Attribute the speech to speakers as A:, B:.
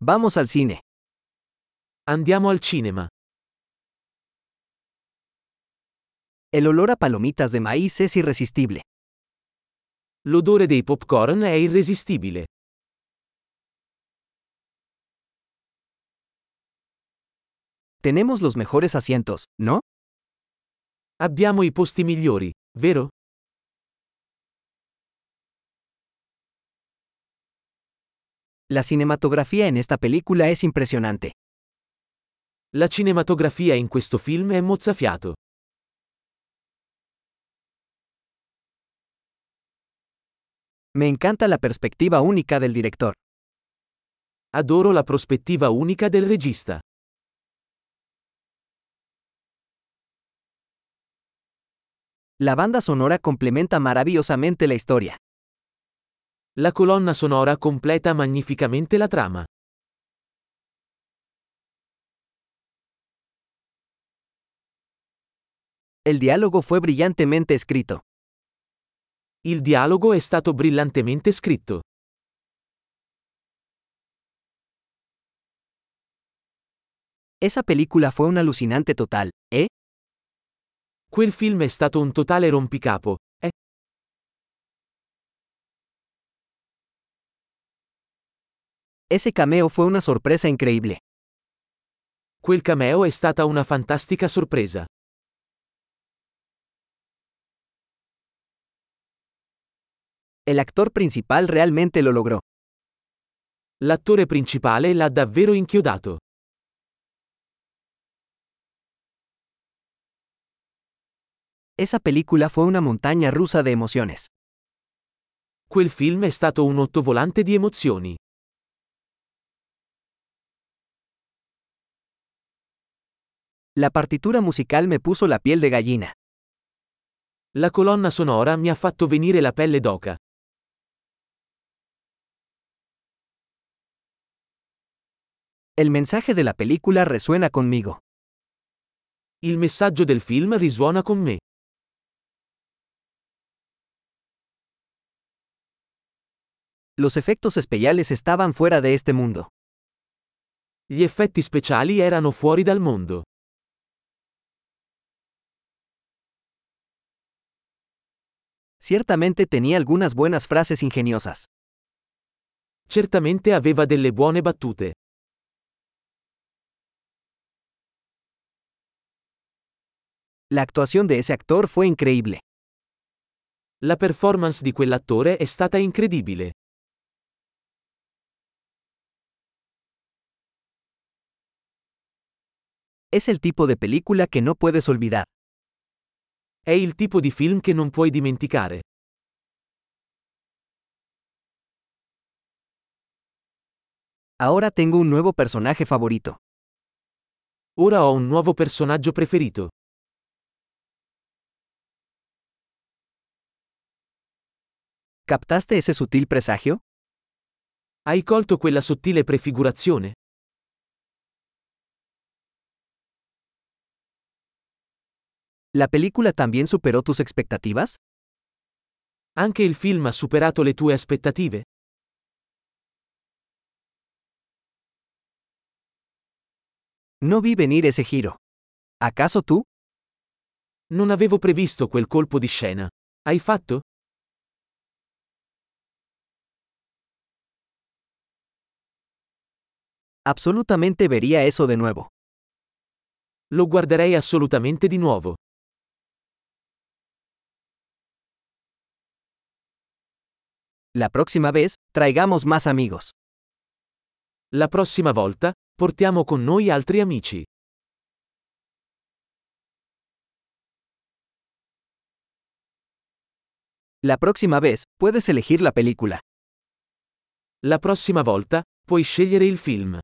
A: Vamos al cine.
B: Andiamo al cinema.
A: El olor a palomitas de maíz es irresistible.
B: L'odore dei popcorn è irresistibile.
A: Tenemos los mejores asientos, ¿no?
B: Abbiamo i posti migliori, vero?
A: La cinematografía en esta película es impresionante.
B: La cinematografia in questo film è mozzafiato.
A: Me encanta la perspectiva única del director.
B: Adoro la prospettiva unica del regista.
A: La banda sonora complementa maravillosamente la historia.
B: La colonna sonora completa magnificamente la trama.
A: El diálogo fue brillantemente escrito.
B: Il dialogo è stato brillantemente scritto.
A: Esa película fue un alucinante total, ¿eh?
B: Quel film è stato un totale rompicapo. eh?
A: Ese cameo fue una sorpresa increíble.
B: Quel cameo è stata una fantastica sorpresa.
A: El actor principal realmente lo logró.
B: L'attore principale l'ha davvero inchiodato.
A: Esa película fue una montaña rusa de emociones.
B: Quel film è stato un ottovolante di emozioni.
A: La partitura musical me puso la piel de gallina.
B: La colonna sonora mi ha fatto venire la pelle d'oca.
A: El mensaje de la película resuena conmigo.
B: Il messaggio del film risuona con me.
A: Los efectos especiales estaban fuera de este mundo.
B: Gli effetti speciali erano fuori dal mondo.
A: Ciertamente tenía algunas buenas frases ingeniosas.
B: Certamente aveva delle buone battute.
A: La actuación de ese actor fue increíble.
B: La performance di quell'attore è stata incredibile.
A: Es el tipo de película que no puedes olvidar.
B: È il tipo di film che non puoi dimenticare.
A: Ahora tengo un nuevo personaje favorito.
B: Ora ho un nuovo personaggio preferito.
A: ¿Captaste ese sutil presagio?
B: Hai colto quella sottile prefigurazione?
A: ¿La película también superó tus expectativas?
B: Anche il film ha superato le tue aspettative?
A: No vi venir ese giro. ¿Acaso tú?
B: Non avevo previsto quel colpo di scena. Hai fatto?
A: Absolutamente vería eso de nuevo.
B: Lo guarderei assolutamente di nuovo.
A: La próxima vez, traigamos más amigos.
B: La prossima volta, portiamo con noi altri amici.
A: La próxima vez, puedes elegir la película.
B: La prossima volta, puoi scegliere il film.